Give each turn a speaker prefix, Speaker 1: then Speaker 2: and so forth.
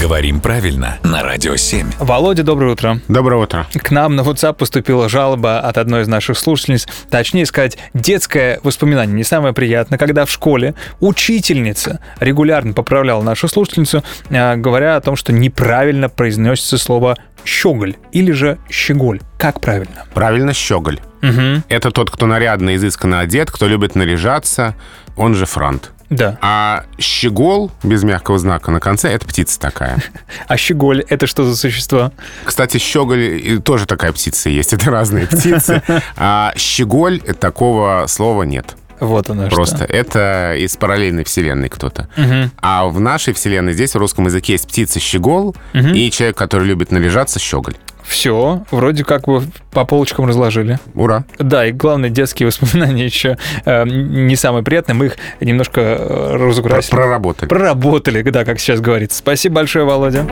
Speaker 1: Говорим правильно на Радио 7.
Speaker 2: Володя, доброе утро.
Speaker 3: Доброе утро.
Speaker 2: К нам на WhatsApp поступила жалоба от одной из наших слушательниц, точнее сказать, детское воспоминание, не самое приятное, когда в школе учительница регулярно поправляла нашу слушательницу, э, говоря о том, что неправильно произносится слово «щеголь» или же «щеголь». Как правильно?
Speaker 3: Правильно, щеголь.
Speaker 2: Угу.
Speaker 3: Это тот, кто нарядно, изысканно одет, кто любит наряжаться, он же франт.
Speaker 2: Да.
Speaker 3: А щегол, без мягкого знака на конце, это птица такая.
Speaker 2: А щеголь — это что за существо?
Speaker 3: Кстати, щеголь и тоже такая птица есть, это разные птицы. А щеголь, такого слова нет.
Speaker 2: Вот оно
Speaker 3: Просто это из параллельной вселенной кто-то.
Speaker 2: что. Мгм.
Speaker 3: А в нашей вселенной здесь в русском языке есть птица щегол и человек, который любит наряжаться, щеголь.
Speaker 2: Все, вроде как бы по полочкам разложили.
Speaker 3: Ура!
Speaker 2: Да, и главное, детские воспоминания еще э, не самые приятные. Мы их немножко э,
Speaker 3: Пр-
Speaker 2: разукрасили.
Speaker 3: Проработали.
Speaker 2: Проработали, да, как сейчас говорится. Спасибо большое, Володя.